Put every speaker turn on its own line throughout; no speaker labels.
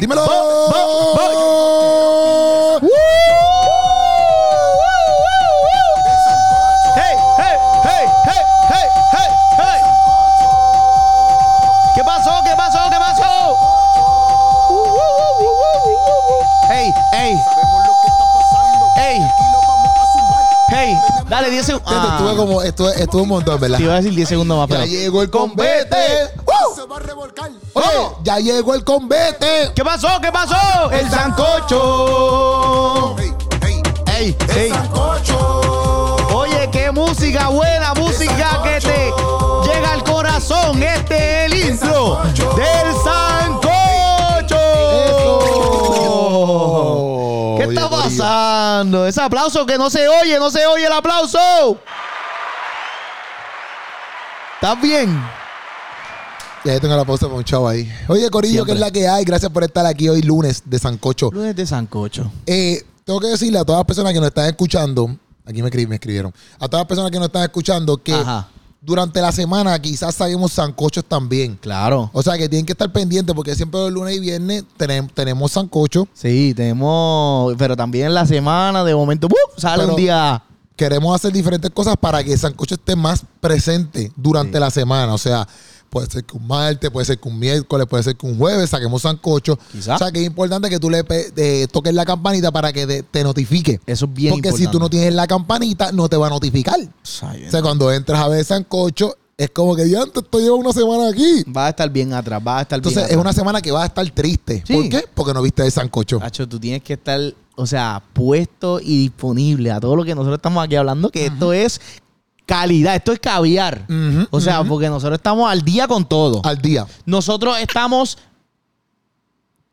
Dímelo.
Bo- ¡Hey, hey, hey, hey, hey, hey, hey! ¿Qué pasó? ¿Qué pasó? ¿Qué pasó? ¡Hey, hey,
Sabemos lo que está pasando.
Ey.
Aquí lo vamos a zumbar.
hey! Dale, 10 segundos. Ah.
Esto Estuve como, estuve, estuve un montón, ¿verdad?
Te iba a decir 10 segundos más,
Ya
pero.
llegó el convete.
Se va a revolcar.
Oye,
¿Cómo?
ya llegó el convete.
¿Qué pasó? ¿Qué pasó? El sancocho.
Ey, ey,
¡Ey,
el
ey!
sancocho.
Oye, qué música buena, música que te llega al corazón. Este es el intro del Sancocho.
Eso.
¿Qué
Oh. Oye,
está
Corillo.
pasando? Ese aplauso que no se oye, no se oye el aplauso. ¿Estás bien?
Ya yo tengo la pausa con un chavo ahí. Oye, Corillo, que
Siempre.
es la que hay. Gracias por estar aquí hoy lunes de Sancocho.
Lunes de Sancocho.
Eh, tengo que decirle a todas las personas que nos están escuchando, aquí me, escri- me escribieron, a todas las personas que nos están escuchando que
Ajá.
durante la semana quizás saquemos sancochos también.
Claro.
O sea que tienen que estar pendientes porque siempre los lunes y viernes tenem- tenemos sancocho.
Sí, tenemos. Pero también la semana, de momento, ¡buf! sale
Pero-
un día.
Queremos hacer diferentes cosas para que el sancocho esté más presente durante
Sí.
la semana. O sea, puede ser que un martes, puede ser que un miércoles, puede ser que un jueves saquemos sancocho.
Quizá.
O sea que es importante que tú le pe- eh, toques la campanita para que te, te notifique.
Eso es bien
porque si tú no
importante.
tienes la campanita, no te va a notificar. O sea, cuando entras a ver Sancocho, es como que yo antes estoy llevo una semana aquí.
Va a estar bien atrás, va a estar
Entonces,
bien
es
atrás.
una semana que vas a estar triste.
Sí.
¿Por qué? Porque no viste el Sancocho.
Hacho, tú tienes que estar, o sea, puesto y disponible a todo lo que nosotros estamos aquí hablando, que esto es calidad, esto es caviar.
Ujú, Ah.
o sea, porque nosotros estamos al día con todo.
Al día.
Nosotros estamos...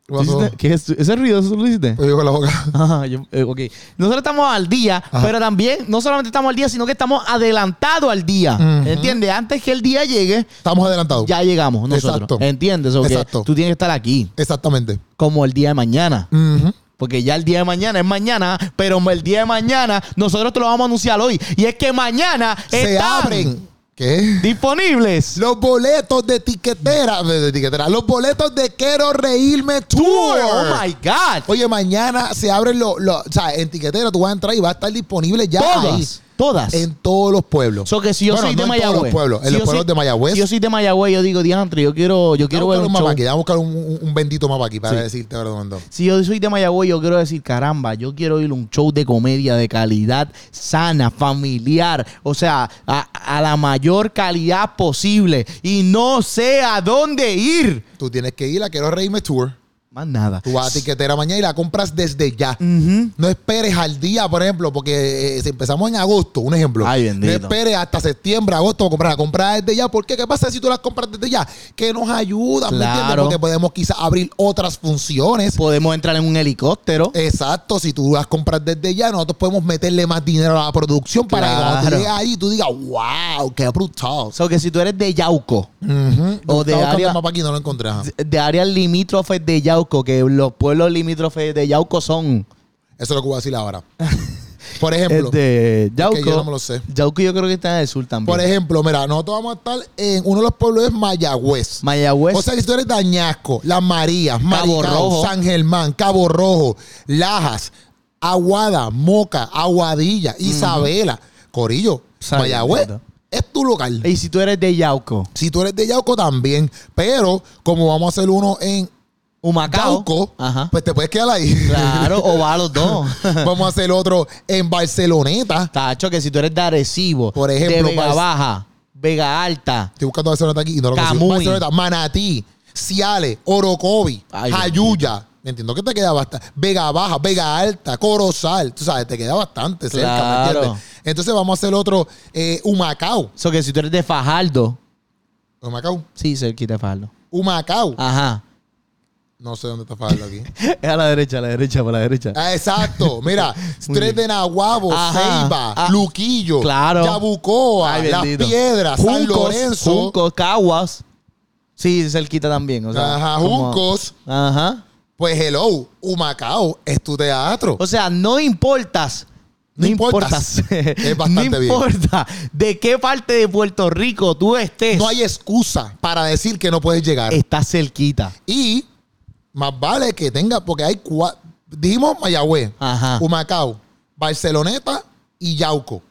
¿Qué pasó?
¿Tú hiciste- ¿Qué es? ¿Ese ruido eso lo hiciste?
Lo digo con la boca.
Ajá, yo- eh, ok. Nosotros estamos al día,
Ajá.
pero también no solamente estamos al día, sino que estamos adelantados al día.
Ujú.
¿Entiendes? Antes que el día llegue,
Estamos adelantados.
ya llegamos nosotros.
Exacto.
¿Entiendes? O que
Exacto.
Tú tienes que estar aquí,
Exactamente.
como el día de mañana.
Ujú.
Porque ya el día de mañana es mañana, pero el día de mañana nosotros te lo vamos a anunciar hoy. Y es que mañana
Se
están
abren. ¿Qué?
disponibles.
Los boletos de tiquetera. De etiquetera. Los boletos de Quiero Reírme Tour.
Oh my God.
Oye, mañana se abren los. los- o sea, en tiquetera tú vas a entrar y va a estar disponible ya
todas.
ahí.
Todas.
En todos los pueblos.
So que si yo
Bueno,
soy
no
de
en todos los
Mayagüez.
pueblos, en
si
los
yo
pueblos
soy-
de Mayagüez.
Si yo soy de Mayagüez, yo digo, diantre, yo quiero, yo quiero
Vamos a buscar
ver un
un mapa
show.
aquí, vamos a buscar un, un- un bendito mapa aquí para
Sí.
decirte, Fernando.
Si yo soy de Mayagüez, yo quiero decir, caramba, yo quiero ir a un show de comedia de calidad sana, familiar, o sea, a, a la mayor calidad posible. Y no sé a dónde ir.
Tú tienes que ir a Quiero Reírme Tour.
Más nada.
Tú vas a tiquetera mañana y la compras desde ya.
Ujú.
No esperes al día, por ejemplo, porque eh, si empezamos en agosto, un ejemplo.
Ay,
no
bendito.
esperes hasta septiembre, agosto, para comprar. Comprar desde ya. ¿Por qué? ¿Qué pasa si tú las compras desde ya? Que nos ayuda, ¿me entiendes?
Claro.
Porque podemos quizás abrir otras funciones.
Podemos entrar en un helicóptero.
Exacto, si tú las compras desde ya, nosotros podemos meterle más dinero a la producción para que cuando tú
Claro.
llegues ahí tú digas, wow, qué brutal.
O sea, que si tú eres de Yauco,
Ujú.
O
Estaba
de
buscando
área-
el mapa aquí, no lo encontré. ajá.
de áreas limítrofes de Yauco, que los pueblos limítrofes de Yauco son...
Eso es lo que voy a decir ahora. Por ejemplo,
eh, de Yauco.
yo no me lo sé.
Yauco yo creo que está en el sur también.
por ejemplo, mira, nosotros vamos a estar en uno de los pueblos es Mayagüez.
Mayagüez.
O sea, si tú eres Dañasco, Las Marías,
Cabo
Maricao,
Rojo.
San Germán, Cabo Rojo, Lajas, Aguada, Moca, Aguadilla, Isabela, Corillo,
Sabe,
Mayagüez,
entiendo.
es tu local.
y si tú eres de Yauco,
Si tú eres de Yauco también, pero como vamos a hacer uno en
Humacao.
Yauco,
Ajá.
pues te puedes quedar ahí.
Claro, o va a los dos.
vamos a hacer otro en Barceloneta.
Tacho, que si tú eres de Arecibo,
Por
de
ejemplo, pues,
Vega
Val-
Baja, Vega Alta,
Estoy buscando Barcelona aquí y no lo consigo.
Camuy.
Barcelona, Manatí, Ciales, Orocovi,
Ay, Dios
Jayuya. Me entiendo que te queda bastante. Vega Baja, Vega Alta, Corozal. Tú sabes, te queda bastante cerca, ¿me
Claro.
entiendes? Entonces vamos a hacer otro eh, Humacao.
eso que si tú eres de Fajardo,
Humacao.
sí, cerquita de Fajardo.
Humacao.
Ajá.
No sé dónde está Fajardo aquí.
Es a la derecha, a la derecha, para la derecha.
Ah, exacto. Mira, tres de Nahuabo,
Ajá.
Ceiba,
Ah.
Luquillo,
Claro.
Yabucoa,
Ay,
Las
bendito.
Piedras, San
Juncos,
Lorenzo,
Juncos, Caguas. Sí, cerquita también. O sea,
Ajá,
como-
Juncos.
Ajá.
Pues hello, Humacao es tu teatro.
O sea, no importas.
No importas. Es bastante
no
bien.
importa de qué parte de Puerto Rico tú estés.
No hay excusa para decir que no puedes llegar.
Estás cerquita.
Y Más vale que tenga, porque hay cuatro. Dijimos Mayagüez,
Ajá.
Humacao, Barceloneta y Yauco.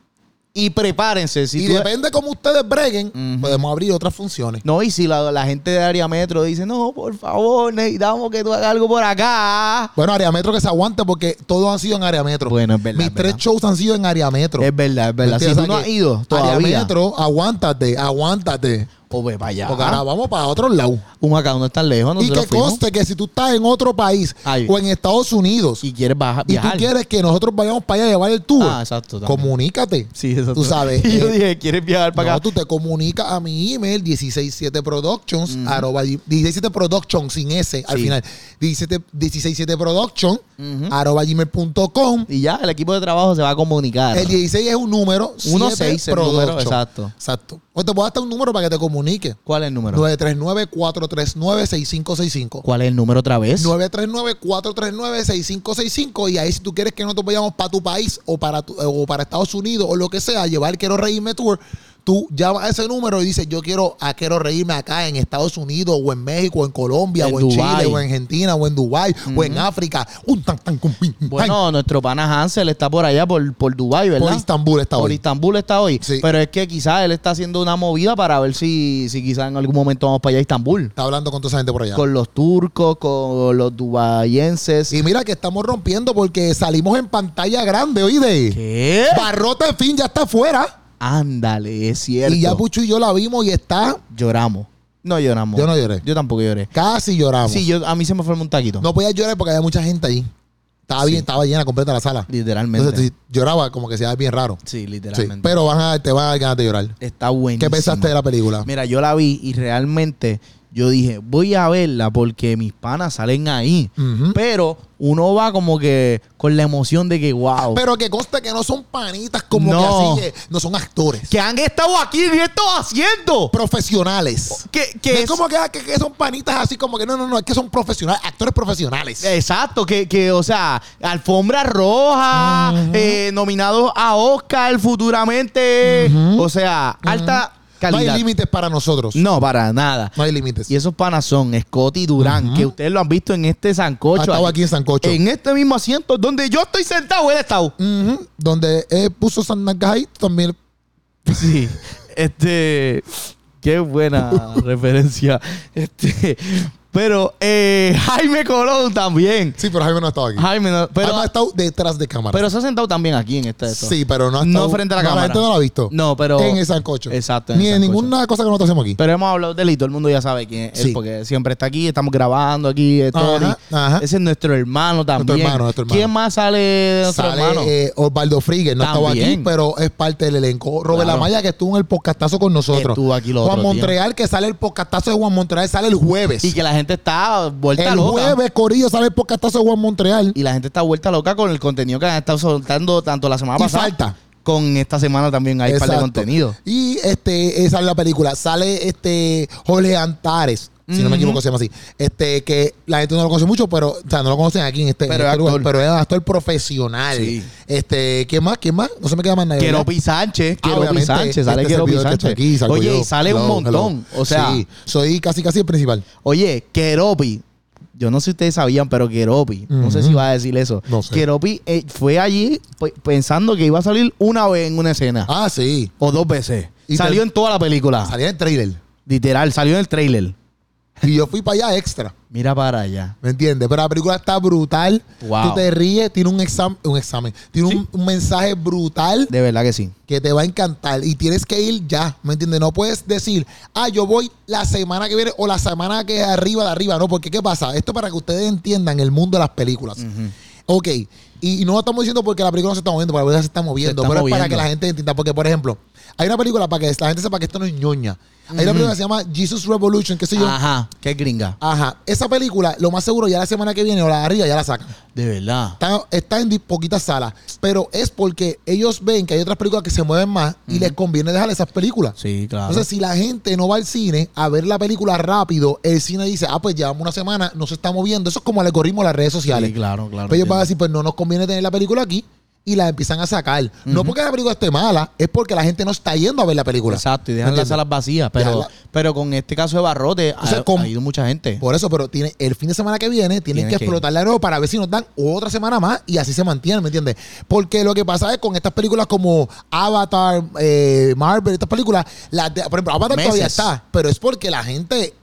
Y prepárense. Si
y
tú-
depende cómo ustedes breguen,
Ujú.
podemos abrir otras funciones.
No, y si la, la gente de área metro dice, no, por favor, necesitamos que tú hagas algo por acá.
Bueno, área metro que se aguante porque todos han sido en área metro.
Bueno, es verdad,
Mis
es verdad.
tres shows han sido en área metro.
Es verdad, es verdad. Si
¿Entiendes?
tú no
O sea
has
que
ido
Área
todavía,
metro, aguántate, aguántate.
o ve para allá.
Porque ahora vamos para otro lado.
Un acá no es tan
y
lejos. nosotros
que
fuimos.
conste que si tú estás en otro país
Ay.
o en Estados Unidos y,
Y quieres baja-
tú
viajar.
quieres que nosotros vayamos para allá a llevar el tubo,
Ah, exacto. también.
comunícate.
Sí, exacto.
Tú sabes,
Y yo
eh,
dije, ¿quieres viajar para
No,
acá?
tú te comunicas a mi email 167productions, arroba 167productions sin S al
Sí.
final, 17, 167productions,
Ujú.
arroba gmail.com.
Y ya, el equipo de trabajo se va a comunicar.
El 16 es un número,
Uno
7
seis, el número,
production.
exacto.
Exacto. O te puedo dar hasta un número para que te comunique.
¿Cuál es el número?
939-439-6565.
¿Cuál es el número otra vez?
939-439-6565 y ahí si tú quieres que nosotros vayamos para tu país o para, tu- o para Estados Unidos o lo que sea, llevar Quiero Reírme Tour, tú llamas a ese número y dices yo quiero a Quiero Reírme acá en Estados Unidos o en México, o en Colombia
En
o en
Dubái.
Chile o en Argentina o en Dubái o en África. Un tan tan cum, pim, pim,
Bueno, nuestro pana Hansel está por allá, por, por Dubái,
tan.
¿verdad?
por Istambul está
por
hoy.
Istambul está hoy.
Sí.
Pero es que quizás él está haciendo una movida para ver si, si quizás en algún momento vamos para allá a Istambul.
Está hablando con toda esa gente por allá.
Con los turcos, con los dubayenses.
Y mira que estamos rompiendo porque salimos en pantalla grande, oíde.
¿Qué?
Barrota fin ya está afuera.
Ándale, es cierto.
Y ya Puchu y yo la vimos y está.
Lloramos. No lloramos.
Yo no lloré.
Yo tampoco lloré.
Casi lloramos.
Sí, yo, a mí se me formó un taquito.
No podía llorar porque había mucha gente ahí. Estaba bien, estaba llena completa la sala.
Literalmente.
Entonces si lloraba como que se bien raro.
sí,
Sí,
literalmente.
pero van a, te van a dar ganas de llorar.
Está buenísimo.
¿Qué pensaste de la película?
Mira, yo la vi y realmente yo dije, voy a verla porque mis panas salen ahí.
Ujú.
Pero uno va como que con la emoción de que, wow.
Pero que conste que no son panitas como
oh. No.
que así, que no son actores.
que han estado aquí y esto haciendo.
Profesionales.
Que,
No
que
es como que, ah, que- que son panitas así como que no, no, no, es que son profesionales, actores profesionales.
Exacto, que, que, o sea, alfombra roja, eh, nominados a Oscar futuramente. O sea, alta
no hay
calidad.
límites para nosotros.
No, para nada.
No hay límites.
Y esos panas son Scotty Durán, que ustedes lo han visto en este
Ha
sancocho.
estado Ah, aquí en Sancocho.
En este mismo asiento donde yo estoy sentado, él ha estado.
Ujú. Donde él puso San Nagas ahí, también
Sí. Este. Qué buena referencia. Este. Pero eh, Jaime Colón también.
Sí, pero Jaime no ha estado aquí.
Jaime, no- pero,
Jaime ha estado detrás de cámara.
pero se ha sentado también aquí en este. esto.
sí, pero no ha
No
estado.
frente a la
La
cámara.
gente no lo ha visto.
No, pero.
En el sancocho.
Exacto, en
Ni
el
en
sancocho.
ninguna cosa que nosotros hacemos aquí.
Pero hemos hablado de él y todo el mundo ya sabe quién es.
Sí.
Porque siempre está aquí, estamos grabando aquí. eh, Tony.
Ajá, ajá.
Ese es nuestro hermano también.
hermano, nuestro hermano.
¿Quién más sale de nuestro hermano?
Sale eh, Osvaldo Frigues, no estaba aquí,
También.
pero es parte del elenco. Robert
Claro.
Amaya, que estuvo en el podcastazo con nosotros.
Estuvo aquí los
Juan
otros días.
Montreal, que sale el podcastazo de Juan Montreal, sale el jueves.
y que la gente está vuelta
el
loca.
jueves, Corillo, sale el podcastazo de Juan Montreal.
Y la gente está vuelta loca con el contenido que han estado soltando tanto la semana
Y
pasada.
falta.
Con esta semana también hay par de
Exacto.
contenido.
Y este, eh, sale la película. Sale este Jorge Antares, si no me
Ujú.
equivoco, se llama así. Este, que la gente no lo conoce mucho, pero, o sea, no lo conocen aquí en este, en
Pero
este
es actor.
pero es un actor profesional.
Sí.
Este, ¿qué más? ¿Qué más? No se me queda más nadie.
Quiero
¿verdad?
Pi Sánchez,
Ah,
quiero
Eh,
Pi
obviamente,
Sánchez, sale
este
Quiero Pi
servidor que está
Sánchez.
aquí, salgo
oye,
yo.
y sale un
Hello,
montón.
hello.
O sea,
Sí, soy casi casi el principal.
oye, Keropi. Yo no sé si ustedes sabían, pero Keropi, no sé
Ujú.
si va a decir eso.
No sé.
Keropi eh, fue allí pe- pensando que iba a salir una vez en una escena.
Ah, sí.
O dos veces.
Y
salió
te-
en toda la película.
Salía en el trailer.
Literal, salió en el trailer.
Y yo fui para allá extra.
Mira para allá.
¿Me entiendes? Pero la película está brutal.
Wow.
Tú te ríes, tiene un examen, un examen. Tiene un-
Sí.
un mensaje brutal.
De verdad que sí.
que te va a encantar y tienes que ir ya, ¿me entiendes? No puedes decir, ah, yo voy la semana que viene o la semana que arriba de arriba, no, porque ¿qué pasa? Esto para que ustedes entiendan el mundo de las películas. Ok, y, y no lo estamos diciendo porque la película no se está moviendo, porque la película se está moviendo,
está
pero es para
moviendo.
que la gente entienda, porque por ejemplo, hay una película para que la gente sepa que esto no es ñoña. Hay una película que se llama Jesus Revolution, qué sé yo. Ajá.
Ajá, qué gringa.
Esa película, lo más seguro, ya la semana que viene o la de arriba ya la sacan.
De verdad.
Está, está en di- poquitas salas, pero es porque ellos ven que hay otras películas que se mueven más y les conviene dejar esas películas.
Sí, claro.
Entonces, si la gente no va al cine a ver la película rápido, el cine dice, ah, pues llevamos una semana, no se está moviendo. Eso es como el algoritmo de las redes sociales.
Sí, claro, claro.
Pero ellos van a "Pues, decir,
entiendo.
pues no nos conviene tener la película aquí. y las empiezan a sacar. No porque la película esté mala, es porque la gente no está yendo a ver la película.
Exacto, y
¿Me
dejan las
entiendes?
salas vacías. Pero,
Dejan
pero con este caso de Barrote
O sea,
ha,
con-
ha ido mucha gente.
Por eso, pero tiene, el fin de semana que viene tienen
Tienen
que
que
explotar la nueva para ver si nos dan otra semana más y así se mantienen, ¿me entiendes? Porque lo que pasa es con estas películas como Avatar, eh, Marvel, estas películas, las de- por ejemplo, Avatar todavía
Meses.
está, pero es porque la gente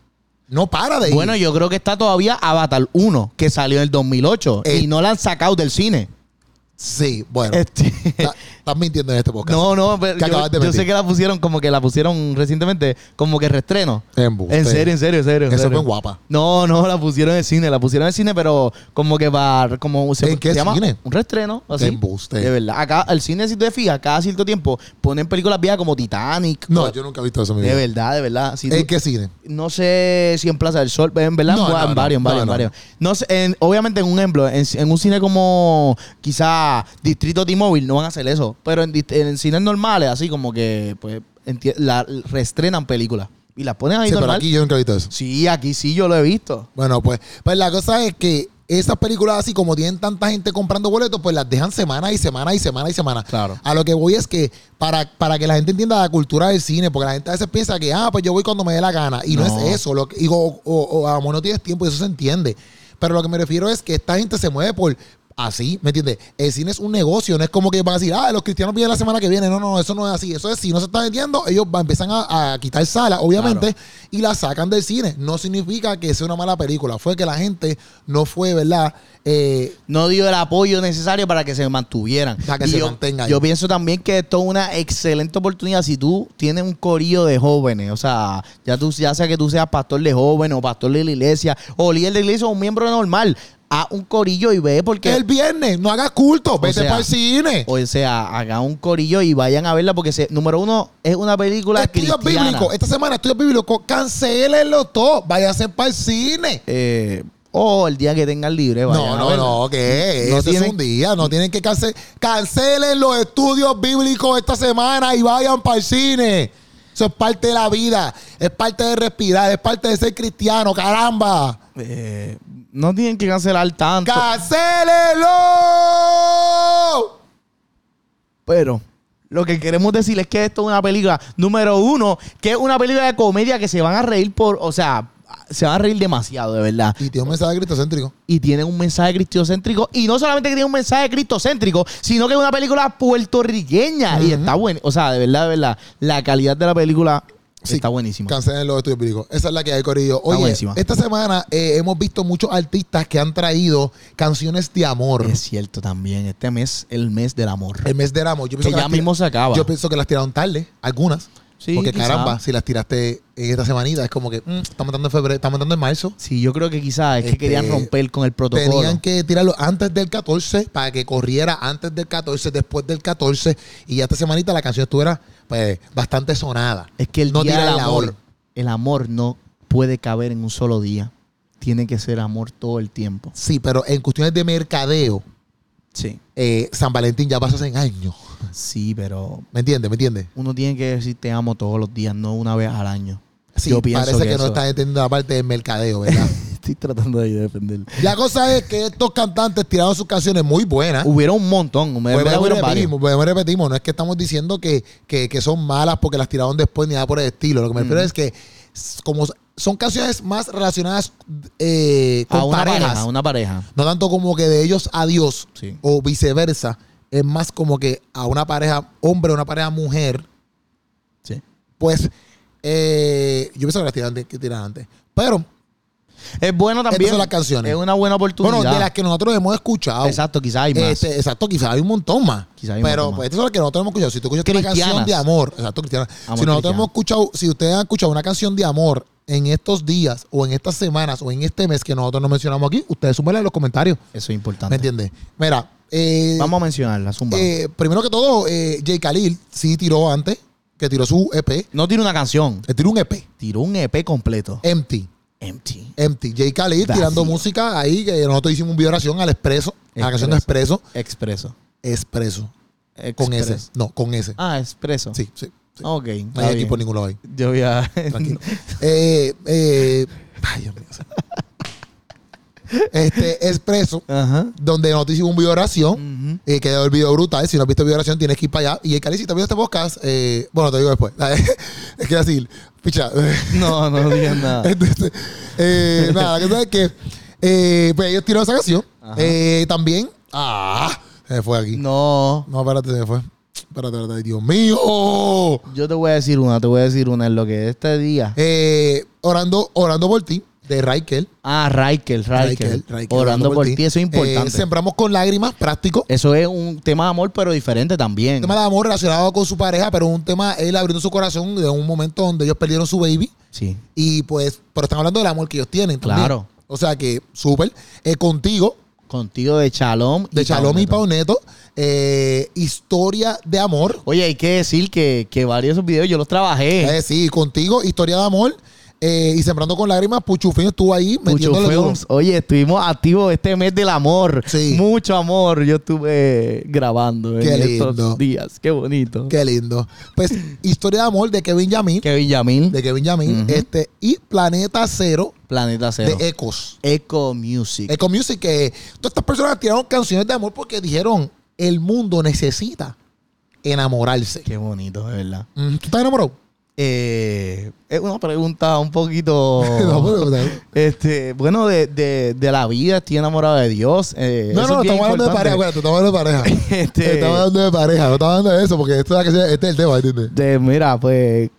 no para de ir.
Bueno, yo creo que está todavía Avatar 1, que salió en el 2008
Eh.
y no la han sacado del cine.
sí, bueno.
Este-
está- Estás mintiendo en este podcast.
no, no, pero
Te acabas
yo,
de
yo
mentir.
sé que la pusieron como que la pusieron recientemente, como que restreno.
Embuste.
En serio, en serio, en serio. en
Eso
serio.
fue en guapa.
No, no, la pusieron en cine, la pusieron en cine, pero como que para, como se,
¿En qué
se llama
cine?
un restreno, así.
embuste.
De verdad, acá el cine si te fijas, cada cierto tiempo ponen películas viejas como Titanic.
No,
o-
yo nunca he visto eso en mi
de
vida.
verdad, de verdad. Si
¿En
tú-
qué cine?
no sé si en Plaza del Sol, en verdad,
No,
en-
no,
en
no,
varios, en
no,
varios, en
no.
varios. No sé, en- obviamente, en un ejemplo, en, en un cine como quizá Distrito T-Mobile no van a hacer eso, pero en, dist- en cines normales, así como que, pues, enti- la reestrenan películas y las ponen ahí
Sí, pero
normal.
aquí yo nunca he visto eso.
Sí, aquí sí yo lo he visto.
Bueno, pues, pues la cosa es que esas películas así, como tienen tanta gente comprando boletos, pues las dejan semana y semana y semana y semana.
Claro.
A lo que voy es que para, para que la gente entienda la cultura del cine, porque la gente a veces piensa que, ah, pues yo voy cuando me dé la gana. Y no,
No.
es eso. Lo que, digo, o, o- o a lo mejor no tienes tiempo y eso se entiende. Pero lo que me refiero es que esta gente se mueve por... Así, ¿me entiendes? El cine es un negocio, no es como que van a decir, ah, los cristianos vienen la semana que viene. No, no, no, eso no es así. Eso es, si no se está vendiendo, ellos van- empiezan a, a quitar salas, obviamente, y la sacan del cine. No significa que sea una mala película. Fue que la gente no fue, ¿verdad? Eh,
No dio el apoyo necesario para que se mantuvieran.
Para que
Y
se
yo,
mantenga ahí.
Yo pienso también que esto es una excelente oportunidad si tú tienes un corillo de jóvenes. O sea, ya, tú, ya sea que tú seas pastor de jóvenes o pastor de la iglesia o líder de iglesia o un miembro normal. Haz un corillo y ve porque...
el viernes, no hagas culto, vete
sea,
para el cine.
O sea, haga un corillo y vayan a verla porque, se- número uno, es una película
Estudios
cristiana.
bíblicos, esta semana estudios bíblicos, cancelenlo todo, váyanse para el cine.
Eh, o el día que tengan libre, vayan
No,
a
no,
verla.
no, que
No
eso es
tienen-
un día, no tienen que cancelar. Cancelen los estudios bíblicos esta semana y vayan para el cine. Eso es parte de la vida, es parte de respirar, es parte de ser cristiano, caramba.
Eh, no tienen que cancelar tanto.
¡Cancélenlo!
Pero lo que queremos decir es que esto es una película, número uno, que es una película de comedia que se van a reír por, o sea, se van a reír demasiado, de verdad.
Y tiene un mensaje cristocéntrico.
Y tiene un mensaje cristocéntrico. Y no solamente que tiene un mensaje cristocéntrico, sino que es una película puertorriqueña. Y
Ujú.
está buena. O sea, de verdad, de verdad. La calidad de la película
Sí,
está buenísima.
Cancelen los estudios bíblicos. Esa es la que hay, Corillo. Oye,
buenísima.
esta semana eh, hemos visto muchos artistas que han traído canciones de amor.
Es cierto también. Este mes, el mes del amor.
El mes del amor. Yo pienso
Que
las
ya
tira-
mismo se acaba.
Yo pienso que las tiraron tarde, algunas.
Ah, Sí,
porque
quizá.
caramba, si las tiraste en esta semanita, es como que mm, estamos dando en febrero, estamos dando en marzo.
Sí, yo creo que quizás es
Este,
que querían romper con el protocolo.
Tenían que tirarlo antes del 14 para que corriera antes del 14, después del 14. Y ya esta semanita la canción estuviera pues, bastante sonada.
Es que el
No
día
tirar
del
la
amor,
hora.
el amor no puede caber en un solo día. Tiene que ser amor todo el tiempo.
Sí, pero en cuestiones de mercadeo,
Sí.
eh, San Valentín ya pasa hace años.
Sí, pero
¿Me entiendes? ¿Me entiendes?
uno tiene que decir te amo todos los días, no una vez al año.
Sí,
Yo pienso
parece que, no
eso-
estás entendiendo la parte del mercadeo, ¿verdad?
Estoy tratando de defender.
la cosa es que estos cantantes tiraron sus canciones muy buenas.
Hubieron un montón, me, me
Pues vuelvo y
hubieron varios.
repetimos, vuelvo y repetimos, no es que estamos diciendo que, que- que son malas porque las tiraron después ni nada por el estilo. Lo que me
Mm.
refiero es que s- como s- son canciones más relacionadas eh, con
A una
parejas,
pareja, a una pareja.
no tanto como que de ellos a Dios
Sí.
o viceversa, es más como que a una pareja hombre, a una pareja mujer,
Sí.
pues eh, yo pienso que las tiraron de- que tiraron antes. Pero
Es bueno
estas
también.
son las canciones.
Es una buena oportunidad.
bueno, de las que nosotros hemos escuchado.
Exacto, quizás hay más.
Este, exacto, quizás hay un montón más.
Quizá hay un
pero
montón más.
pues, estas son las que nosotros hemos escuchado. Si tú escuchaste una
Cristianas.
canción de amor, exacto, cristiana. Si
Amor
nosotros
cristiano.
hemos escuchado, si ustedes han escuchado una canción de amor en estos días o en estas semanas o en este mes que nosotros no mencionamos aquí, ustedes súmenla en los comentarios.
Eso es importante.
¿Me entiendes? Mira, eh,
Vamos a mencionarla, zumba.
eh, primero que todo, eh, Jay Khalil sí tiró antes, que tiró su EP. Él
no tiró una canción,
tiró un EP,
tiró un EP completo.
Empty.
Empty.
Empty. Jay Khalil
Vacío.
tirando música ahí, que nosotros hicimos un video de oración al Expreso, a la canción de Expreso.
Expreso.
Expreso. Con
Expreso.
S. No, con S.
Eh, Ah, expreso.
Sí, sí. sí.
Ok.
No
Ah, está
hay
bien.
equipo ninguno hoy.
Yo voy a.
Tranquilo. eh, eh, ay, Dios mío. este, expreso,
Ajá.
donde nosotros hicimos un video de oración, eh, quedó el video brutal. Si no has visto el video de oración, tienes que ir para allá. Y el Cali, si te visto este podcast, eh, bueno, te digo después. es que así, picha.
No, no digas nada.
Entonces, eh, nada, la cosa es que eh, pues ellos tiraron esa canción. Eh, también. Ah, se me fue aquí. No.
No.
espérate, se me fue. Espérate, espérate, Dios mío.
Yo te voy a decir una, te voy a decir una. En lo que este día.
Eh, orando, orando por ti, de Raikel.
Ah, Raikel, Raikel. Orando por ti, eso es
Eh,
importante. Eh,
sembramos con lágrimas, práctico.
Eso es un tema de amor, pero diferente también.
Un tema de amor relacionado con su pareja, pero un tema, él abriendo su corazón de un momento donde ellos perdieron su baby.
Sí.
Y pues, pero están hablando del amor que ellos tienen. también.
Claro.
O sea que, súper. Eh, contigo,
Contigo de Chalom.
de Shalom y Pauneto. eh, historia de amor.
Oye, hay que decir que, que varios de esos videos yo los
Es
trabajé.
decir, contigo, historia de amor. eh, y sembrando con lágrimas, Puchufín estuvo ahí
Mucho
metiéndole duro.
films. Oye, estuvimos activos este mes del amor.
Sí.
Mucho amor. Yo estuve grabando
Qué
en
lindo.
estos días. Qué bonito.
Qué lindo. Pues, historia de amor de Kevin Yamil.
Kevin Yamil,
De Kevin Yamil.
Ujú.
este, y Planeta Cero,
Planeta Cero.
de Ecos.
Echo Music.
Eco Music, que todas estas personas tiraron canciones de amor porque dijeron: el mundo necesita enamorarse.
Qué bonito, de verdad.
Mm, ¿Tú estás enamorado?
Eh, es una pregunta un poquito...
No, pero- no,
Este, bueno, de, de, de la vida, estoy enamorado de Dios. eh,
no,
eso es bien
estamos hablando de pareja. acuérdate,
importante.
estamos hablando de pareja.
Este,
Estamos hablando de pareja, no estamos hablando de eso, porque esto es la que se- este es el tema, ¿entiendes?
de- mira, pues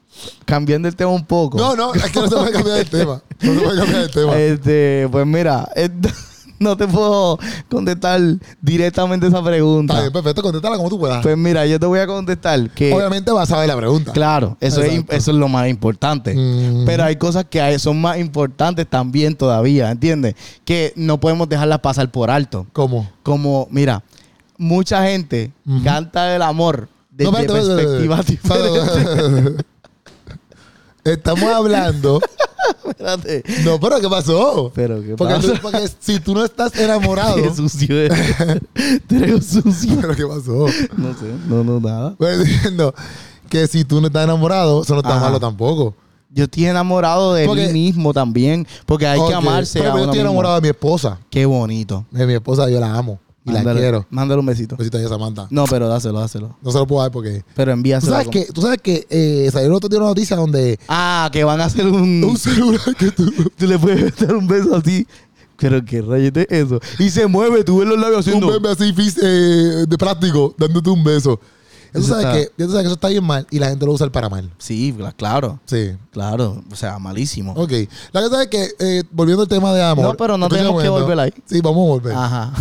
cambiando el tema un poco.
No, no, es que no se puede cambiar el tema. No se puede cambiar el tema.
Este, pues mira, ent- no te puedo contestar directamente esa
Está
pregunta.
bien, perfecto, contéstala como tú puedas.
Pues mira, yo te voy a contestar que
Obviamente vas a ver la pregunta.
Eh. claro, eso es,
Exacto.
eso es lo más importante.
Mm.
Pero hay cosas que hay- son más importantes también todavía, ¿entiendes? Que no podemos dejarlas pasar por alto.
¿Cómo?
Como, mira, mucha gente
Ujú.
canta del amor desde
espérate, espérate,
perspectivas
espérate.
diferentes.
Estamos hablando.
Espérate.
No, pero ¿qué pasó?
Pero, ¿qué
porque,
pasa?
tú- porque si tú no estás enamorado.
Qué sucio eres. Tú eres sucio.
pero ¿qué pasó?
No sé, no, no, nada.
Pues diciendo que si tú no estás enamorado, eso no está
Ajá.
malo tampoco.
Yo estoy enamorado de
Porque-
mí mismo también, porque hay
Ok,
que amarse
Pero
a
yo
uno
estoy
mismo.
enamorado de mi esposa.
Qué bonito.
De mi esposa yo la amo y la
Mándale-
quiero.
Mándale un besito.
Besito a ella, Samantha.
No, pero dáselo, dáselo.
No se lo puedo dar porque.
Pero
Tú
envíaselo.
sabes
con-
que, tú sabes que eh, salió el otro día una noticia donde
Ah, que van a hacer un...
un celular que tú.
Tú le puedes dar un beso así. Pero qué rayete es eso. Y se mueve, tú ves los labios
un
haciendo...
bebé así fis- eh, de plástico dándote un beso. Eso,
Eso
sabes
está-
que, ya tú sabes que eso está bien mal y la gente lo usa para mal.
Sí, cla- claro,
Sí.
claro. O sea, malísimo.
Ok. La cosa es que, eh, volviendo al tema de amor.
No, pero no
escucha
tenemos
un
que
momento.
volver Ah. ahí.
Sí, vamos a volver.
Ajá.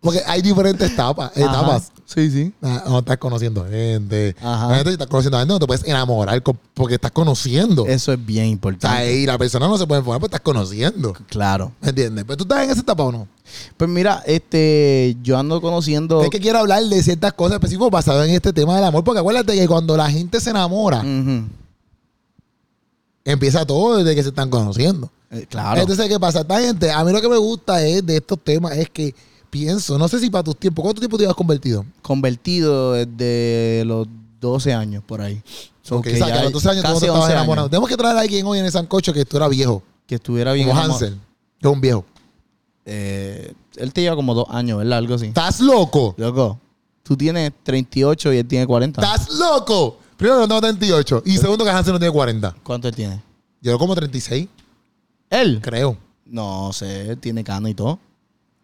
Porque hay diferentes etapas.
Ajá.
etapas.
Sí, sí.
Ah, No estás conociendo gente.
Ajá.
La gente, si estás conociendo gente, no te puedes enamorar co- porque estás conociendo.
Eso es bien
O sea,
importante.
y la persona no se puede enfocar porque estás conociendo.
Claro.
¿Me entiendes? Pero tú estás en esa etapa o no.
Pues mira, este, yo ando conociendo.
Es que quiero hablar de ciertas cosas específicas basadas en este tema del amor. Porque acuérdate que cuando la gente se enamora,
Ujú.
empieza todo desde que se están conociendo.
Eh, claro.
Entonces, ¿qué pasa? Esta gente, a mí lo que me gusta es de estos temas es que pienso, no sé si para tus tiempos, ¿cuánto tiempo te has convertido?
Convertido desde los 12 años por ahí. So,
Ok, o sea, que
ya
a los 12 años tú no
casi
te estabas
11 años.
enamorado. Tenemos que traer a alguien hoy en el Sancocho que tú eras viejo,
Que estuviera bien.
como
enamorado.
Hansel, que es un viejo.
Eh, él te lleva como dos años, ¿verdad? Algo así.
¿Estás loco?
Loco, tú tienes 38 y él tiene 40.
¿Estás loco? Primero, no tengo 38. Y segundo, que Hansel no tiene 40.
¿Cuánto él tiene?
Yo como 36,
¿Él?
creo.
No sé, él tiene cana y todo.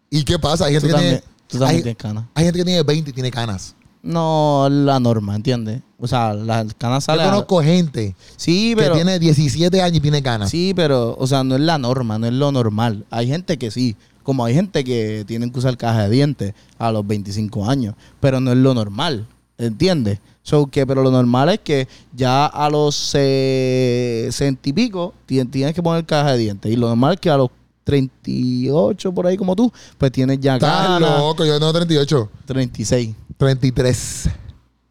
¿Y qué pasa? Hay
Tú
gente, que
también,
tiene,
tú también
hay-
tienes cana.
hay gente que tiene 20 y tiene canas.
No, la norma, ¿entiendes? O sea, la cana
Yo
sale. a-
conozco gente
Sí,
que
pero.
tiene 17 años y tiene canas.
Sí, pero, o sea, no es la norma, no es lo normal. Hay gente que sí, como hay gente que tienen que usar caja de dientes a los 25 años, pero no es lo normal, ¿entiendes? So, que, pero lo normal es que ya a los 60 y pico ti- tienes que poner caja de dientes. Y lo normal es que a los 38, por ahí como tú, pues tienes ya
Estás
caja
loco, yo tengo 38.
36.
33. Ah,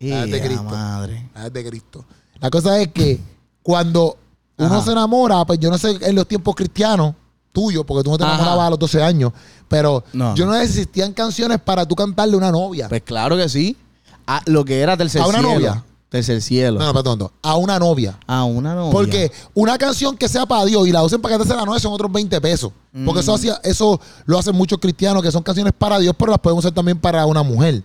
de
¡Ea,
Cristo.
madre!
Ah, de Cristo. La cosa es que cuando uno
Ajá.
se enamora, pues yo no sé en los tiempos cristianos tuyos, porque tú no te
Ajá.
enamorabas a los 12 años, pero
No,
yo no existían canciones para tú cantarle a una novia.
Pues claro que sí. A lo que era tercer
a una
cielo.
novia.
Tercer cielo.
No, no, perdón, no. A una novia.
A una novia.
Porque una canción que sea para Dios y la usen para cantarse la novia son otros 20 pesos. Porque
Mm.
eso, hacía, eso lo hacen muchos cristianos, que son canciones para Dios, pero las pueden usar también para una mujer.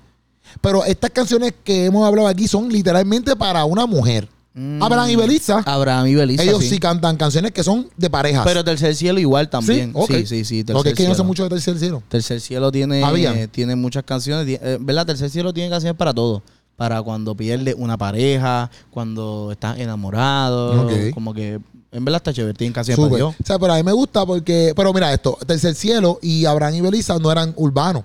Pero estas canciones que hemos hablado aquí son literalmente para una mujer.
Mm.
Abraham y Belisa,
Abraham y Belisa.
ellos sí. cantan canciones que son de parejas.
Pero Tercer Cielo igual también.
sí, ok.
Sí, sí, sí. Tercer
Porque es que yo no sé
Cielo.
mucho Ah, de Tercer Cielo.
Tercer Cielo tiene,
Habían.
eh, tiene muchas canciones. ti- eh, ¿Verdad? Tercer Cielo tiene canciones para todo. Para cuando pierde una pareja, cuando estás enamorado.
Ok.
Como que, en verdad está chévere. Tienen canciones
Súper.
para
O
Dios.
sea, pero a mí me gusta porque. Pero mira esto: Tercer Cielo y Abraham y Belisa no eran urbanos.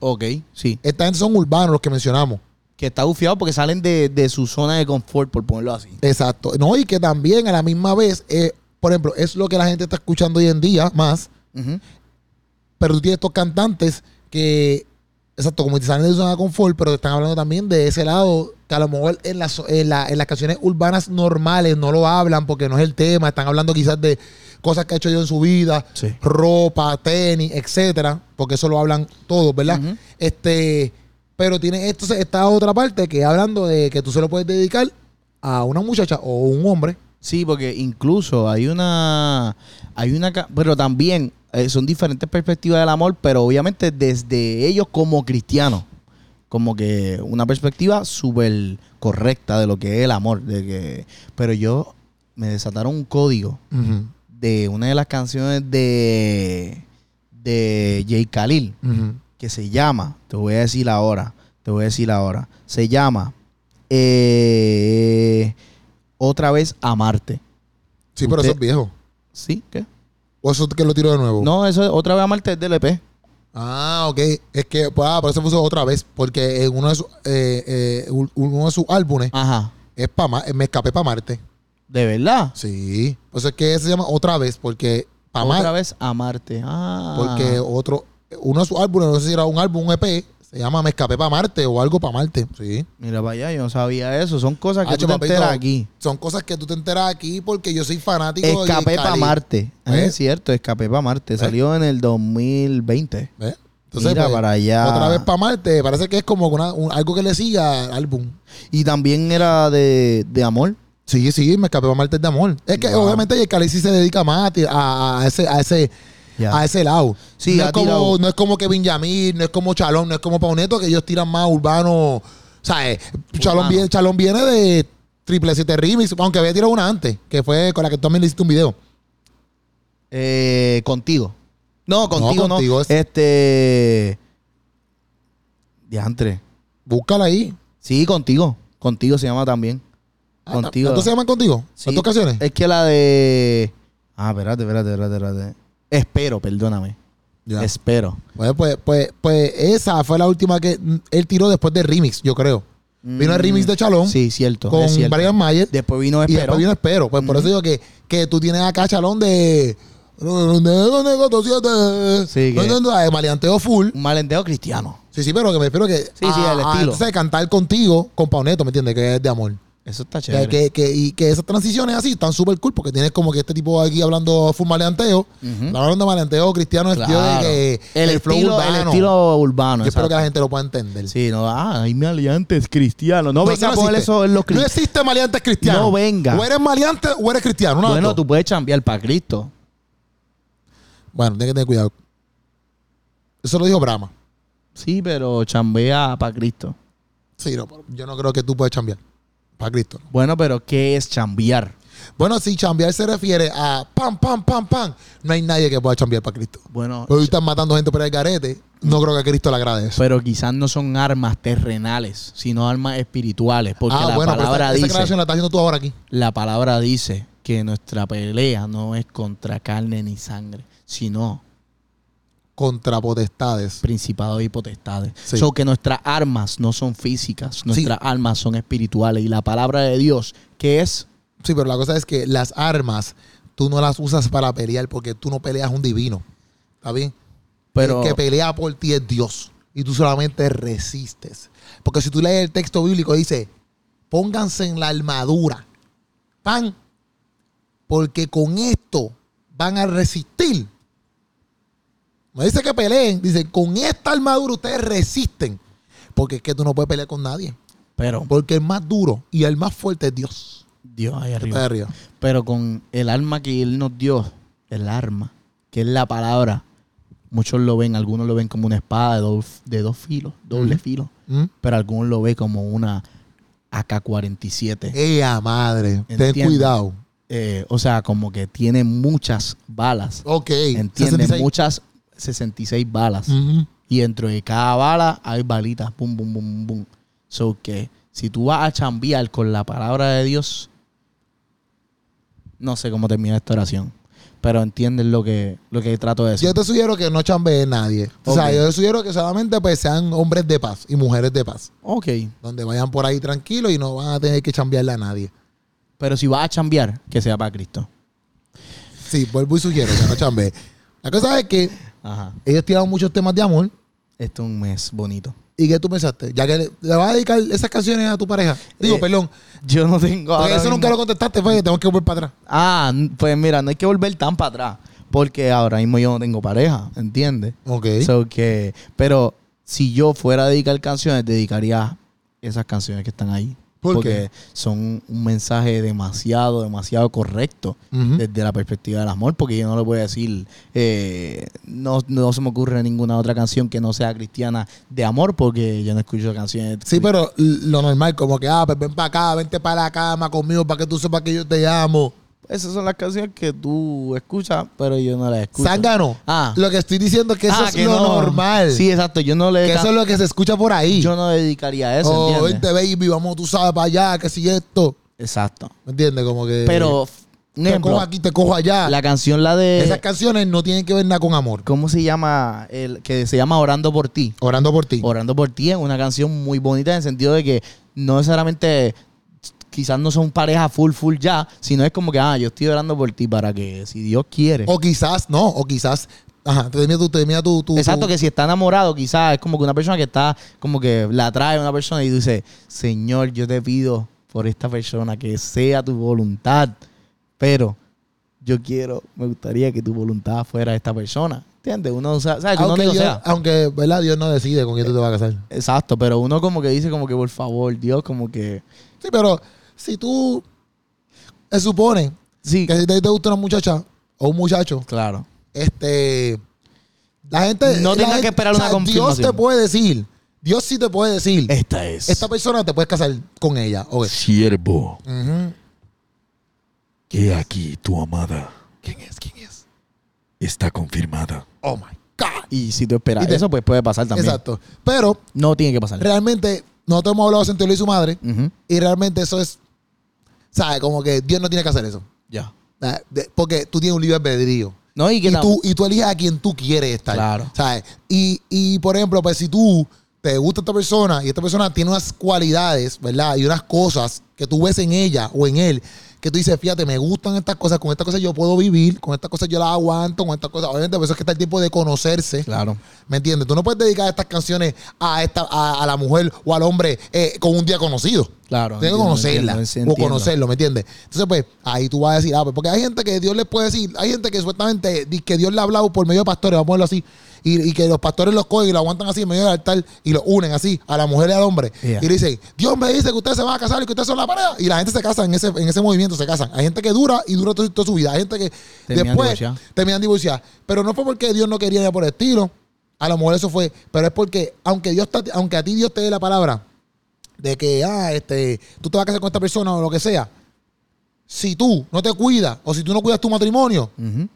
Ok, sí.
Esta gente son urbanos los que mencionamos.
Que está bufiado porque salen de, de su zona de confort, por ponerlo así.
Exacto. No, y que también a la misma vez, eh, por ejemplo, es lo que la gente está escuchando hoy en día más,
Ujú.
pero tú tienes estos cantantes que, exacto, como te salen de su zona de confort, pero te están hablando también de ese lado, que a lo mejor en las, en la- en las canciones urbanas normales no lo hablan porque no es el tema, están hablando quizás de cosas que ha hecho yo en su vida,
Sí.
ropa, tenis, etcétera, porque eso lo hablan todos, ¿verdad?
Ujú.
Este, pero tiene esto, esta otra parte que hablando de que tú se lo puedes dedicar a una muchacha o un hombre.
Sí, porque incluso hay una. Hay una. ca- Pero también eh, son diferentes perspectivas del amor, pero obviamente desde ellos como cristianos. Como que una perspectiva súper correcta de lo que es el amor. De que, pero yo me desataron un código
Ujú,
de una de las canciones de. de Jay Khalil
ujú.
que se llama, te voy a decir ahora, te voy a decir ahora, se llama eh, Otra vez Amarte.
Sí, pero
Usted-
eso es viejo.
¿Sí? ¿Qué?
O eso que lo tiro de nuevo.
No, eso es Otra vez Amarte es del E EP.
Ah, ok. Es que, pues, ah, por eso puso otra vez. Porque en uno de sus, eh, eh, un- uno de sus álbumes
Ajá.
es pa' Ma- eh, Me escapé para Marte.
¿De verdad?
Sí. Por eso es que se llama otra vez. Porque pa'
Otra
Marte.
vez Amarte. Ah.
Porque otro, uno de sus álbumes, no sé si era un álbum, un EP, se llama Me escapé para Marte o algo para Marte. Sí.
Mira para allá, yo no sabía eso. Son cosas que
Hacho,
tú te
papito,
enteras aquí.
Son cosas que tú te enteras aquí porque yo soy fanático de J.
Escapé para
Cali.
Marte. Ah,
¿Eh?
Es cierto, Escapé para Marte. Salió en el 2020.
¿Eh? Entonces,
Mira
pues,
para allá.
Otra vez para Marte. Parece que es como una- un- algo que le siga al álbum.
Y también era de, de amor.
Sí, sí, me escapé para Marte de amor. Es que
Wow.
obviamente el Cali sí se dedica más a, ti- a- a ese, a ese,
Ya.
a ese lado.
Sí,
no,
ha
es como,
tirado.
no es como Kevin Yamil, no es como Chalón, no es como Pauneto, que ellos tiran más urbano. O sea, eh, Chalón,
Urbano.
viene, Chalón viene de Triple 7 Remix, aunque había tirado una antes, que fue con la que tú también le hiciste un video.
Eh, contigo. No, contigo no.
contigo es-
Este. Diantre.
Búscala ahí.
Sí, contigo. Contigo se llama también.
Ah,
Contigo.
¿Entonces se llaman contigo?
Sí.
¿En dos ocasiones?
Es que la de. Ah, espérate, espérate, espérate, espérate. Espero, perdóname.
Ya.
Espero.
Pues, pues, pues, pues esa fue la última que mm, él tiró después de Remix, yo creo. Vino el
Mm.
Remix de Chalón
Sí, cierto.
con
es cierto.
Brian Mayer.
Después Mm. vino
Y
Espero.
después vino Espero. Pues por eso digo que, que tú tienes acá Chalón de...
Sí, que-
de maleanteo full.
Un malenteo cristiano.
Sí, sí, pero que me espero que...
sí, el estilo.
entonces cantar contigo, con Pauneto, ¿me entiendes? Que es de amor.
Eso está
Que,
chévere.
que, que- y que esas transiciones así están súper cool porque tienes como que este tipo aquí hablando full maleanteo.
Ujú.
Está Hablando de maleanteo cristiano, el tío de
Claro.
que...
el,
flow
estilo,
urbano.
el estilo urbano.
Yo espero
exacto.
que la gente lo pueda entender.
Sí, no, ah, hay maleantes cristianos. No,
No,
venga a
no
poner
existe.
eso en los
No
cristianos.
existe maleantes cristianos.
No venga.
O eres maleante o eres cristiano. una de
bueno,
dos.
tú puedes chambear para Cristo.
Bueno, tienes que tener cuidado. Eso lo dijo Brahma.
Sí, pero chambea para Cristo.
Sí, no, pero yo no creo que tú puedas chambear. Para Cristo. ¿no?
Bueno, pero ¿qué es chambear?
Bueno, si chambear se refiere a pam, pam, pam, pam, no hay nadie que pueda chambear para Cristo.
Bueno,
Hoy están matando gente por el garete. No creo que a Cristo le agrade eso.
pero quizás no son armas terrenales, sino armas espirituales, porque
ah,
la
bueno, pero
palabra
esa, esa
dice,
aclaración la estás haciendo tú ahora aquí.
la palabra dice que nuestra pelea no es contra carne ni sangre, sino
Contra potestades.
principados y potestades.
Sí.
So que nuestras armas no son físicas, nuestras armas son espirituales y la palabra de Dios, que es
Sí, pero la cosa es que las armas tú no las usas para pelear porque tú no peleas un divino. ¿Está bien?
pero
El que pelea por ti es Dios. Y tú solamente resistes. Porque si tú lees el texto bíblico, dice: pónganse en la armadura. Pan. Porque con esto van a resistir. No dice que peleen, dice: con esta armadura ustedes resisten. Porque es que tú no puedes pelear con nadie.
Pero,
Porque el más duro y el más fuerte es Dios.
Dios
Está
ahí
de
arriba.
arriba.
Pero con el arma que Él nos dio, el arma, que es la palabra, muchos lo ven, algunos lo ven como una espada de dos, de dos filos, doble filo,
¿Mm?
pero algunos lo ven como una AK-47.
¡Ea madre! Ten
Entiendo.
cuidado.
Eh, o sea, como que tiene muchas balas.
Ok.
Entiende,
66.
muchas 66 balas.
Ujú.
Y dentro de cada bala hay balitas. Pum, pum, pum, pum. So que si tú vas a chambear con la palabra de Dios, no sé cómo termina esta oración. Pero entiendes lo que, lo que trato de decir.
Yo te sugiero que no chambee nadie. O
Ok.
sea, yo te sugiero que solamente pues, sean hombres de paz y mujeres de paz.
Ok.
Donde vayan por ahí tranquilos y no van a tener que chambearle a nadie.
Pero si vas a chambear, que sea para Cristo.
Sí, vuelvo y sugiero que no chambee. La cosa es que
Ajá.
ellos tiraron muchos temas de amor.
Esto es un mes bonito.
¿Y qué tú pensaste? Ya que le, le vas a dedicar esas canciones a tu pareja. Digo,
Eh,
perdón.
Yo no tengo.
porque
ahora
eso nunca lo
mismo-
contestaste, fue que tengo que volver para atrás.
Ah, n- pues mira, no hay que volver tan para atrás. Porque ahora mismo yo no tengo pareja, ¿entiendes?
Ok.
So que, pero si yo fuera a dedicar canciones, dedicaría esas canciones que están ahí.
¿Por
porque son un mensaje demasiado, demasiado correcto
Ujú.
desde la perspectiva del amor. Porque yo no le voy a decir, eh, no, no se me ocurre ninguna otra canción que no sea cristiana de amor, porque yo no escucho canciones.
Sí, pero l- lo normal, como que, ah, pues ven para acá, vente para la cama conmigo para que tú sepas que yo te amo.
Esas son las canciones que tú escuchas, pero yo no las escucho.
Zángano.
Ah.
Lo que estoy diciendo es que eso
Ah,
es
que
lo
no.
normal.
Sí, exacto. Yo no le
que eso es lo que se escucha por ahí.
yo no dedicaría eso,
oh,
¿entiendes?
vente, baby, vamos, tú sabes, para allá, que si esto.
Exacto.
¿Me entiendes? Como que.
Pero, un
Te cojo
ejemplo,
Eh, aquí, ah, te cojo allá.
la canción, la de.
Esas canciones no tienen que ver nada con amor.
¿Cómo se llama? El, que se llama Orando por ti.
Orando por ti.
Orando por ti es una canción muy bonita en el sentido de que no necesariamente. Quizás no son pareja full, full ya, sino es como que, ah, yo estoy orando por ti para que, si Dios quiere.
O quizás, no, o quizás. Ajá, te termina tu. Te termina tu, tu-
Exacto,
tu-
que si está enamorado, quizás es como que una persona que está, como que la atrae a una persona y dice, Señor, yo te pido por esta persona que sea tu voluntad, pero yo quiero, me gustaría que tu voluntad fuera esta persona. ¿Entiendes? Uno, sa- ¿sabes? Que uno
Aunque, Dios-
negocia.
aunque, ¿verdad? Dios no decide con quién tú te vas a casar.
Exacto, pero uno como que dice como que por favor, Dios, como que...
Sí, pero si tú. Se supone
Sí,
que si te, te gusta una muchacha o un muchacho,
claro.
este la gente
No
la
tenga
gente-
que esperar una
Dios
confirmación.
te puede decir Dios sí te puede decir
Esta es...
esta persona te puedes casar con ella ok.
Siervo,
Ujú.
que aquí tu amada
quién es quién es
está confirmada.
oh my god
Y si tú esperas
Y te-
eso, pues puede pasar también.
exacto pero
No tiene que pasar.
realmente nosotros hemos hablado de Santiago y su madre
Ujú,
y realmente eso es sabes como que Dios no tiene que hacer eso
Ya.
¿sabes? De- porque tú tienes un libre albedrío
No, y que
y
tam-
tú, y tú eliges a quien tú quieres estar.
Claro.
¿sabes? Y, y, por ejemplo, pues si tú te gusta esta persona y esta persona tiene unas cualidades, ¿verdad? Y unas cosas que tú ves en ella o en él, que tú dices, fíjate, me gustan estas cosas, con estas cosas yo puedo vivir, con estas cosas yo las aguanto, con estas cosas. Obviamente, por eso es que está el tiempo de conocerse.
Claro.
¿Me entiendes? Tú no puedes dedicar estas canciones a esta, a, a la mujer o al hombre eh, con un día conocido.
Claro,
Tienes que
entiendo,
conocerla
entiendo,
o
entiendo.
conocerlo, ¿me entiendes? Entonces, pues, ahí tú vas a decir, ah, pues, porque hay gente que Dios le puede decir, hay gente que supuestamente dice que Dios le ha hablado por medio de pastores, vamos a ponerlo así, y, y que los pastores los cogen y lo aguantan así en medio del altar y los unen así a la mujer y al hombre.
Yeah.
Y le dicen, Dios me dice que ustedes se van a casar y que ustedes son la pareja. Y la gente se casa en ese, en ese movimiento, se casan. Hay gente que dura y dura to- toda su vida. Hay gente que
Terminan
después
divorciadas.
terminan divorciadas. Pero no fue porque Dios no quería ni por el estilo. A lo mejor eso fue, pero es porque aunque Dios te- aunque a ti Dios te dé la palabra, de que, ah, este, tú te vas a casar con esta persona o lo que sea, si tú no te cuidas o si tú no cuidas tu matrimonio,
Ujú,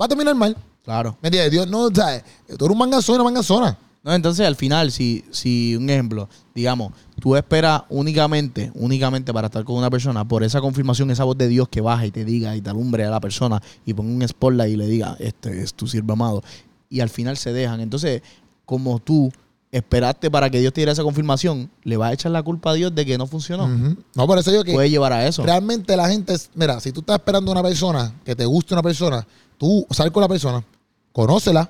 va a terminar mal.
Claro.
¿Me entiendes? Dios no, ¿sabes? Tú eres un manganzón, una manganzona.
No, entonces al final, si, si un ejemplo, digamos, tú esperas únicamente, únicamente para estar con una persona, por esa confirmación, esa voz de Dios que baja y te diga y te alumbre a la persona y ponga un spotlight y le diga, este es tu siervo amado, y al final se dejan. Entonces, como tú esperaste para que Dios te diera esa confirmación, le vas a echar la culpa a Dios de que no funcionó.
Ujú. No, por eso digo que
Puede llevar a eso.
realmente la gente, es- mira, si tú estás esperando a una persona, que te guste una persona, tú sal con la persona, conócela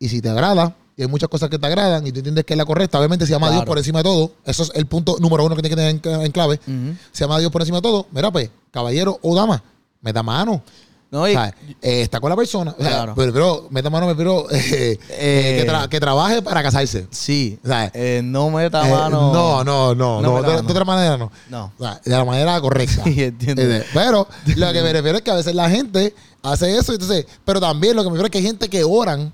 y si te agrada, y hay muchas cosas que te agradan y tú entiendes que es la correcta, obviamente se llama a Dios
Claro.
por encima de todo, eso es el punto número uno que tienes que tener en cl- en clave.
Ujú.
se llama Dios por encima de todo, mira, pues, caballero o dama, me da mano.
No, y-
¿Sabes? Eh, está con la persona. O sea,
Claro.
pero, pero, meta mano, me pero eh, eh, que, tra- que trabaje para casarse.
sí.
¿Sabes?
Eh, no meta
Eh,
mano.
no, no, no,
No,
no,
meta
de,
mano.
de otra manera no.
No.
O sea, de la manera correcta.
Sí, entiendo.
¿Entiendes? Pero lo que me refiero es que a veces la gente hace eso, entonces, pero también lo que me refiero es que hay gente que oran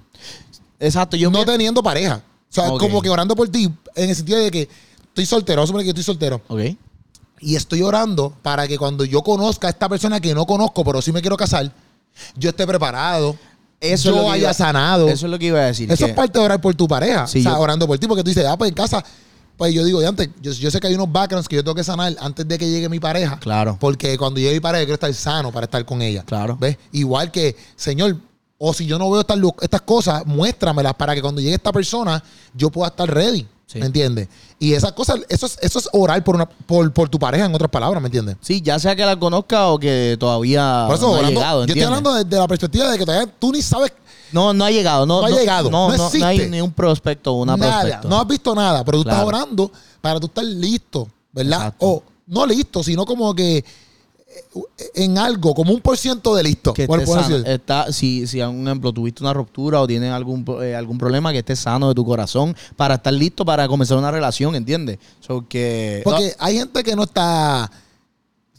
Exacto, yo
no
pienso-
teniendo pareja. O sea,
Ok.
como que orando por ti, en el sentido de que estoy soltero, vamos a suponer que estoy soltero,
Ok.
y estoy orando para que cuando yo conozca a esta persona que no conozco, pero sí me quiero casar, yo esté preparado,
Eso es
yo
lo que
haya
iba-
sanado.
Eso es lo que iba a decir.
Eso
que-
es parte de orar por tu pareja.
Sí,
o sea,
yo-
orando por ti, porque tú dices, ah, pues en casa, pues yo digo, de antes, yo, yo sé que hay unos backgrounds que yo tengo que sanar antes de que llegue mi pareja.
Claro.
Porque cuando llegue mi pareja, yo quiero estar sano para estar con ella.
Claro.
¿Ves? Igual que, Señor, o si yo no veo estas, lu- estas cosas, muéstramelas para que cuando llegue esta persona, yo pueda estar ready.
Sí.
¿Me entiendes? Y esas cosas, eso es, eso es orar por, una, por, por tu pareja, en otras palabras, ¿me entiendes?
Sí, ya sea que la conozca o que todavía
Por eso,
no ha
orando-
llegado.
yo estoy
¿entiendes?
hablando desde la perspectiva de que todavía tú ni sabes
No, no ha llegado. No,
No ha llegado,
No,
no
no, no hay
existe.
ni un prospecto o una
nada,
prospecto.
no has visto nada, pero tú
Claro.
estás orando para tú estar listo, ¿verdad?
Exacto.
O no listo, sino como que eh, en algo, como un por ciento de listo.
que
¿Cuál
esté
puedo
sano.
decir?
Está, si, si, por ejemplo, tuviste una ruptura o tienes algún, pro- eh, algún problema, que estés sano de tu corazón para estar listo para comenzar una relación, ¿entiendes? So, que,
Porque hay gente que Eh, no está.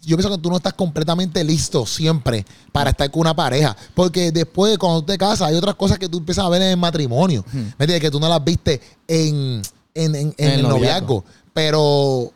Yo pienso que tú no estás completamente listo siempre para estar con una pareja. Porque después, de cuando tú te casas, hay otras cosas que tú empiezas a ver en el matrimonio. ¿Me entiendes? Que tú no las viste en, en, en- Hmm. en
En el
el noviazgo. Pero,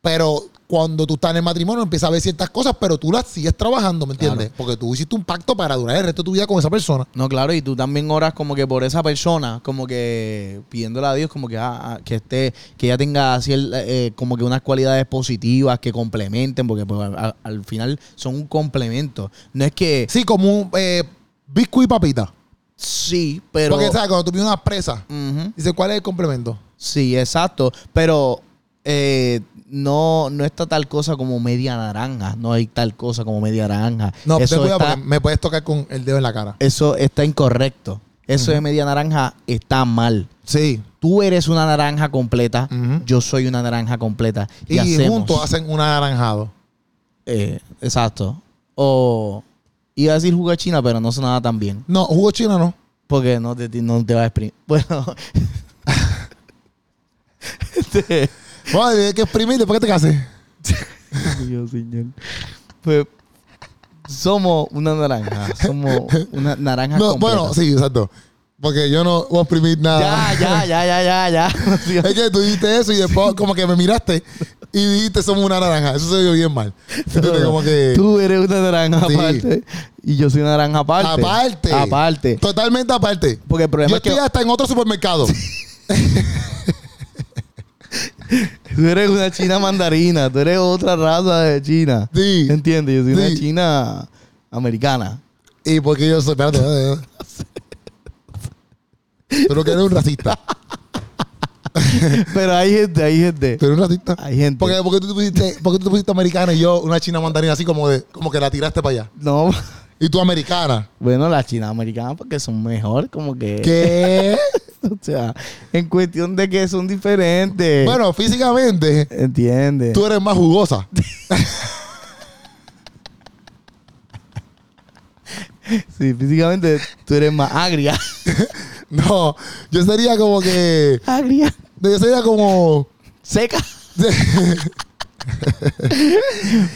pero cuando tú estás en el matrimonio, empiezas a ver ciertas cosas, pero tú las sigues trabajando, ¿me entiendes? Porque tú hiciste un pacto para durar el resto de tu vida con esa persona.
No, claro, y tú también oras como que por esa persona, como que pidiéndole a Dios como que, ah, ah, que esté, que ella tenga cier- eh, como que unas cualidades positivas que complementen, porque pues, al, al final son un complemento. No es que
Sí, como un eh, bizcocho y papita.
sí, pero
Porque, ¿sabes? Cuando tú pides una presa,
Ujú.
dice, ¿cuál es el complemento?
sí, exacto, pero eh, no no está tal cosa como media naranja, no hay tal cosa como media naranja.
No, ten
eso
cuidado
está,
porque me puedes tocar con el dedo en la cara.
eso está incorrecto. Eso de media naranja está mal.
Sí.
Tú eres una naranja completa,
Ujú.
yo soy una naranja completa. Y,
Y,
hacemos,
juntos hacen un anaranjado.
eh, exacto. O iba a decir jugo de china, pero no sonaba tan bien.
No, jugo chino no.
Porque no te, no te va a exprimir. Bueno. Este,
Vale, hay que exprimir después que te cases.
Dios, señor. Pues, somos una naranja. Somos una naranja
No,
completa.
bueno, sí, exacto. Porque yo no voy a exprimir nada.
Ya, ya, ya, ya, ya, ya. Dios.
Es que tú dijiste eso y después como que me miraste y dijiste somos una naranja. Eso se vio bien mal. Entonces como que...
Tú eres una naranja
Sí.
aparte. Y yo soy una naranja aparte.
Aparte.
Aparte.
Totalmente aparte.
Porque el problema
Yo
es que
estoy hasta en otro supermercado.
tú eres una china mandarina, tú eres otra raza de china.
Sí.
¿Entiendes? Yo soy una
Sí.
china americana.
Y porque yo soy... Espérate, espérate, espérate. Pero que eres un racista.
Pero hay gente, hay gente.
Pero un racista.
Hay gente.
Porque, porque tú te pusiste, porque tú te pusiste americana y yo una china mandarina así como de, como que la tiraste para allá.
No,
Y tú americana.
bueno, las chinas americanas porque son mejor, como que.
¿Qué?
O sea, en cuestión de que son diferentes.
bueno, físicamente,
¿Entiendes?
tú eres más jugosa.
Sí, físicamente tú eres más agria.
No, yo sería como que.
agria.
Yo sería como.
Seca.
Pero,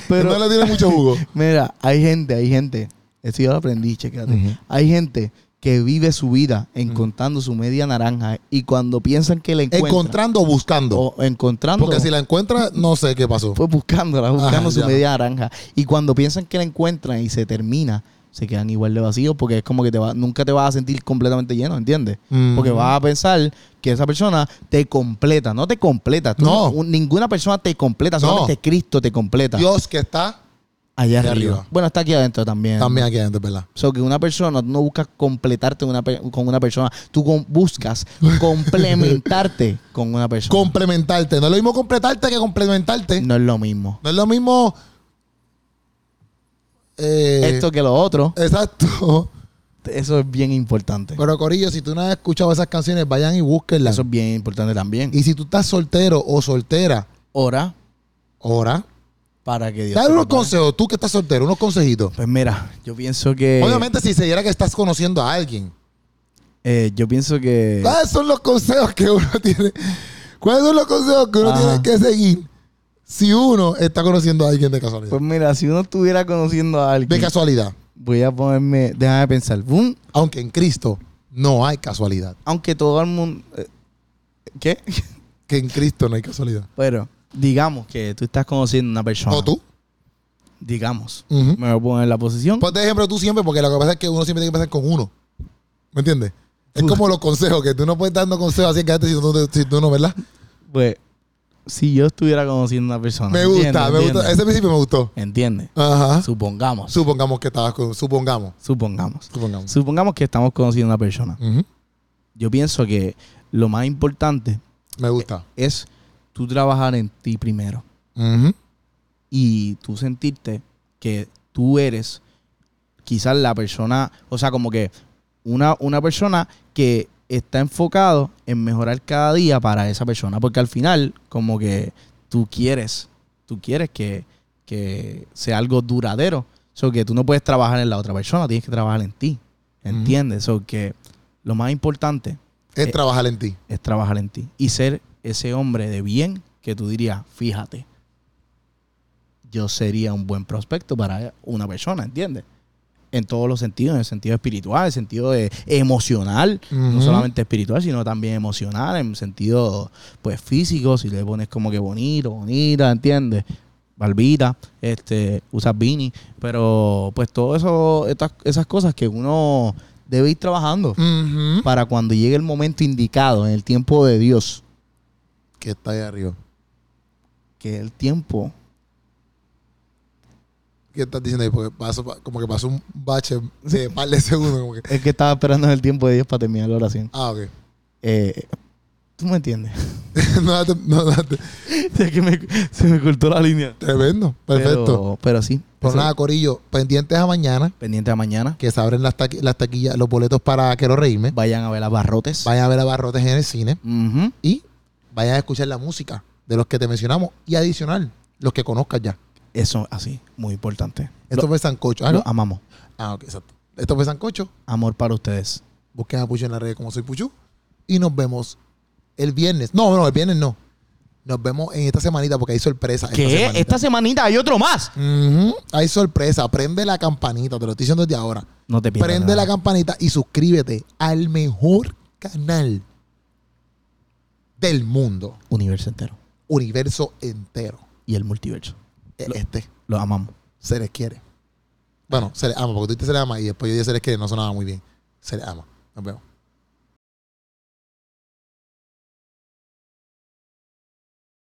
Pero.
no le tiene mucho jugo.
Mira, hay gente, hay gente. Eso yo lo aprendí, chécate.
Ujú.
Hay gente que vive su vida encontrando su media naranja y cuando piensan que la encuentran
Encontrando o buscando.
o encontrando
porque si la encuentras, no sé qué pasó.
fue buscándola, buscando
Ajá,
su
ya.
media naranja y cuando piensan que la encuentran y se termina, se quedan igual de vacíos porque es como que te va, nunca te vas a sentir completamente lleno, ¿entiendes?
Mm.
Porque vas a pensar que esa persona te completa, no te completa, tú
No.
un- ninguna persona te completa,
No.
solamente Cristo te completa.
Dios que está
allá
allá
arriba.
arriba.
Bueno, está aquí adentro también.
también aquí adentro, ¿verdad?
So que una persona, tú no buscas completarte una pe- con una persona, tú con- buscas complementarte con una persona.
Complementarte. No es lo mismo completarte que complementarte. No,
no es lo mismo.
es lo mismo. eh,
Esto que lo otro,
Exacto.
eso es bien importante.
Pero Corillo, si tú no has escuchado esas canciones, vayan y búsquenlas.
Eso es bien importante también.
Y si tú estás soltero o soltera,
Ora,
ora
para que Dios.
Dale
te
unos
prepare.
consejos, tú que estás soltero, unos consejitos.
Pues mira, yo pienso que.
Obviamente, si se diera que estás conociendo a alguien.
eh, yo pienso que.
¿Cuáles son los consejos que uno tiene? ¿Cuáles son los consejos que uno tiene
Ajá.
que seguir si uno está conociendo a alguien de casualidad?
Pues mm. mira, si uno estuviera conociendo a alguien.
de casualidad.
Voy a ponerme. Déjame pensar. Boom.
Aunque en Cristo no hay casualidad.
Aunque todo el mundo. eh, ¿Qué?
Que en Cristo no hay casualidad.
Bueno, digamos que tú estás conociendo a una persona.
No tú.
Digamos.
Ujú.
Me voy a poner en la posición.
Ponte ejemplo tú siempre, porque lo que pasa es que uno siempre tiene que empezar con uno. ¿Me entiendes? Es
Uf.
como los consejos, que tú no puedes dando consejos así que antes si tú, no- si tú no, ¿verdad?
Pues, si yo estuviera conociendo a una persona.
me gusta,
¿entiendes?
me gusta.
¿entiendes?
Ese principio me gustó.
¿Entiendes?
Ajá.
Supongamos.
supongamos que estabas con. Supongamos.
supongamos.
Supongamos.
Supongamos que estamos conociendo a una persona.
Ujú.
Yo pienso que lo más importante
Me gusta.
es tú trabajar en ti primero
Ujú.
y tú sentirte que tú eres quizás la persona, o sea, como que una, una persona que está enfocado en mejorar cada día para esa persona, porque al final como que tú quieres, tú quieres que, que sea algo duradero, o que tú no puedes trabajar en la otra persona, tienes que trabajar en ti,
Ujú.
¿entiendes? O que lo más importante
Es
Eh,
trabajar en ti.
es trabajar en ti y ser ese hombre de bien que tú dirías, fíjate, yo sería un buen prospecto para una persona, ¿entiendes? En todos los sentidos, en el sentido espiritual, en el sentido de emocional, no
Ujú.
solamente espiritual, sino también emocional, en sentido pues físico, si le pones como que bonito, bonita, ¿entiendes? Barbita, este, usas beanie, pero pues todo eso, estas- esas cosas que uno debe ir trabajando
Ujú.
para cuando llegue el momento indicado, en el tiempo de Dios,
Que está ahí arriba.
que el tiempo,
¿Qué estás diciendo ahí? Porque pasó, como que pasó un bache de par de segundos. Como que,
es que estaba esperando en el tiempo de Dios para terminar la oración.
ah, ok.
Eh, ¿Tú me entiendes?
no, te- no, no, te-
Es que me- se me cortó la línea.
tremendo. Perfecto.
Pero, pero sí,
Por
eso,
nada, Corillo, pendientes a mañana,
pendiente a mañana.
que se abren las, taqui- las taquillas, los boletos para Quiero Reírme.
Vayan a ver las barrotes.
Vayan a ver a Barrotes en el cine
Ujú.
y vayan a escuchar la música de los que te mencionamos y adicional, los que conozcas ya.
Eso así, muy importante.
Esto fue Sancocho. Ah,
Lo
no.
amamos.
Ah, ok, exacto. Esto fue Sancocho.
Amor para ustedes.
Busquen a Pucho en las redes como soy Puchu. Y nos vemos el viernes. No, no, el viernes no. Nos vemos en esta semanita porque hay sorpresa.
¿Qué?
semanita.
Esta semanita hay otro más.
Ujú, Hay sorpresa. Prende la campanita. Te lo estoy diciendo desde ahora.
No te pierdas.
Prende
nada.
la campanita y suscríbete al mejor canal del mundo.
Universo entero
Universo entero.
y el multiverso.
E- Este.
Los amamos.
Se les quiere. Bueno, se les ama. Porque tú dijiste se les ama y después yo dije se les quiere. No sonaba muy bien. Se les ama. Nos vemos.